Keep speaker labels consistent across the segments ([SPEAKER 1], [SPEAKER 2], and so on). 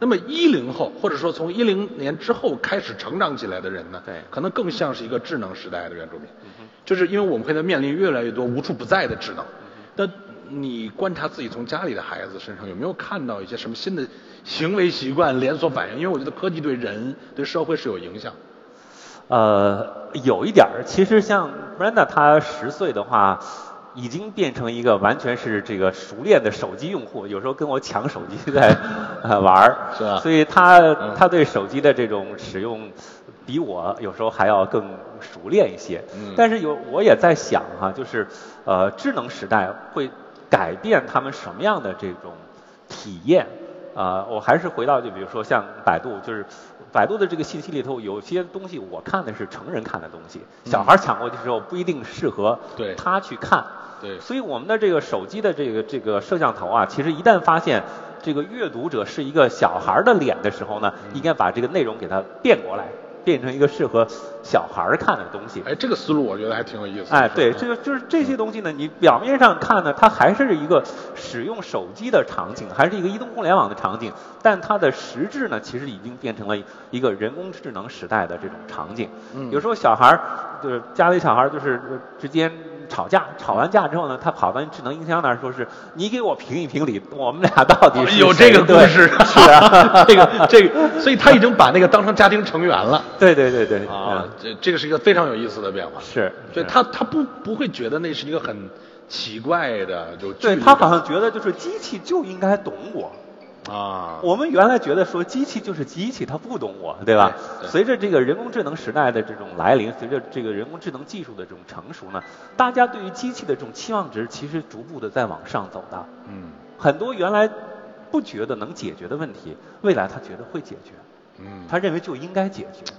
[SPEAKER 1] 那么一零后，或者说从一零年之后开始成长起来的人呢，
[SPEAKER 2] 对
[SPEAKER 1] 可能更像是一个智能时代的原住民，就是因为我们现在面临越来越多无处不在的智能。那你观察自己从家里的孩子身上有没有看到一些什么新的行为习惯、连锁反应？因为我觉得科技对人、对社会是有影响。
[SPEAKER 2] 呃，有一点儿，其实像 Brenda 她十岁的话，已经变成一个完全是这个熟练的手机用户，有时候跟我抢手机在呃玩儿，
[SPEAKER 1] 是吧
[SPEAKER 2] 所以她
[SPEAKER 1] 嗯
[SPEAKER 2] 她对手机的这种使用，比我有时候还要更熟练一些。
[SPEAKER 1] 嗯
[SPEAKER 2] 但是有我也在想哈、就是呃，智能时代会改变他们什么样的这种体验？啊、我还是回到就比如说像百度，就是百度的这个信息里头有些东西我看的是成人看的东西，小孩儿抢过去之后不一定适合
[SPEAKER 1] 嗯对
[SPEAKER 2] 他去看。
[SPEAKER 1] 对
[SPEAKER 2] 所以我们的这个手机的这个这个摄像头啊，其实一旦发现这个阅读者是一个小孩儿的脸的时候呢，
[SPEAKER 1] 嗯
[SPEAKER 2] 应该把这个内容给它变过来，变成一个适合小孩儿看的东西。
[SPEAKER 1] 哎，这个思路我觉得还挺有意思的。
[SPEAKER 2] 哎，
[SPEAKER 1] 是
[SPEAKER 2] 对，
[SPEAKER 1] 吧
[SPEAKER 2] 这个就是这些东西呢，你表面上看呢，它还是一个使用手机的场景，还是一个移动互联网的场景，但它的实质呢，其实已经变成了一个人工智能时代的这种场景。
[SPEAKER 1] 嗯
[SPEAKER 2] 有时候小孩儿就是家里小孩儿就是呃之间吵架，吵完架之后呢，他跑到智能音箱那儿说是你给我评一评理，我们俩到底是
[SPEAKER 1] 哎有这个
[SPEAKER 2] 谁
[SPEAKER 1] 故
[SPEAKER 2] 对
[SPEAKER 1] 事，
[SPEAKER 2] 是 啊，
[SPEAKER 1] 这个这个，所以他已经把那个当成家庭成员了
[SPEAKER 2] 对对对对
[SPEAKER 1] 啊
[SPEAKER 2] 嗯，
[SPEAKER 1] 这这个是一个非常有意思的变化。
[SPEAKER 2] 是
[SPEAKER 1] 对
[SPEAKER 2] 是
[SPEAKER 1] 他他不不会觉得那是一个很奇怪的，就距
[SPEAKER 2] 对
[SPEAKER 1] 离
[SPEAKER 2] 他好
[SPEAKER 1] 感
[SPEAKER 2] 像觉得就是机器就应该懂我。
[SPEAKER 1] 啊，
[SPEAKER 2] 我们原来觉得说机器就是机器，它不懂我，对吧？
[SPEAKER 1] 对对
[SPEAKER 2] 随着这个人工智能时代的这种来临，随着这个人工智能技术的这种成熟呢，大家对于机器的这种期望值其实逐步的在往上走的。
[SPEAKER 1] 嗯
[SPEAKER 2] 很多原来不觉得能解决的问题，未来他觉得会解决，
[SPEAKER 1] 嗯，
[SPEAKER 2] 他认为就应该解决。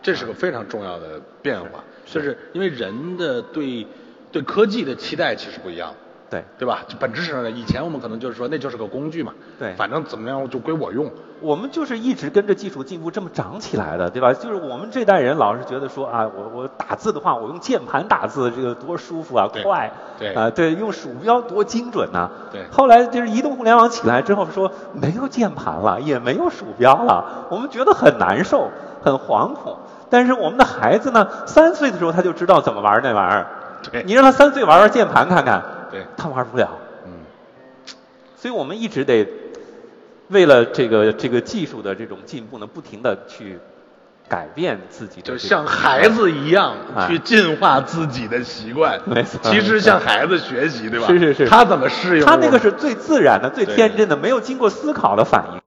[SPEAKER 1] 这是个非常重要的变化，
[SPEAKER 2] 是
[SPEAKER 1] 就是因为人的对对科技的期待其实不一样。
[SPEAKER 2] 对，
[SPEAKER 1] 对吧？就本质上呢，以前我们可能就是说那就是个工具嘛，
[SPEAKER 2] 对
[SPEAKER 1] 反正怎么样就归我用，
[SPEAKER 2] 我们就是一直跟着技术进步这么长起来的，对吧？就是我们这代人老是觉得说啊，我我打字的话，我用键盘打字，这个多舒服啊，
[SPEAKER 1] 对
[SPEAKER 2] 快，
[SPEAKER 1] 对
[SPEAKER 2] 啊、对，用鼠标多精准呐、
[SPEAKER 1] 对
[SPEAKER 2] 后来就是移动互联网起来之后说，没有键盘了，也没有鼠标了，我们觉得很难受，很惶恐。但是我们的孩子呢，三岁的时候他就知道怎么玩那玩意儿，
[SPEAKER 1] 对
[SPEAKER 2] 你让他三岁玩玩键盘看看，
[SPEAKER 1] 对
[SPEAKER 2] 他玩不了。
[SPEAKER 1] 嗯，
[SPEAKER 2] 所以我们一直得为了这个这个技术的这种进步呢，不停的去改变自己的这
[SPEAKER 1] 就
[SPEAKER 2] 种，
[SPEAKER 1] 像孩子一样
[SPEAKER 2] 哎
[SPEAKER 1] 去进化自己的习惯，
[SPEAKER 2] 没错
[SPEAKER 1] 其实向孩子学习，对吧？
[SPEAKER 2] 是是是
[SPEAKER 1] 他怎么适应？
[SPEAKER 2] 他那个是最自然的、最
[SPEAKER 1] 对
[SPEAKER 2] 天真的、没有经过思考的反应。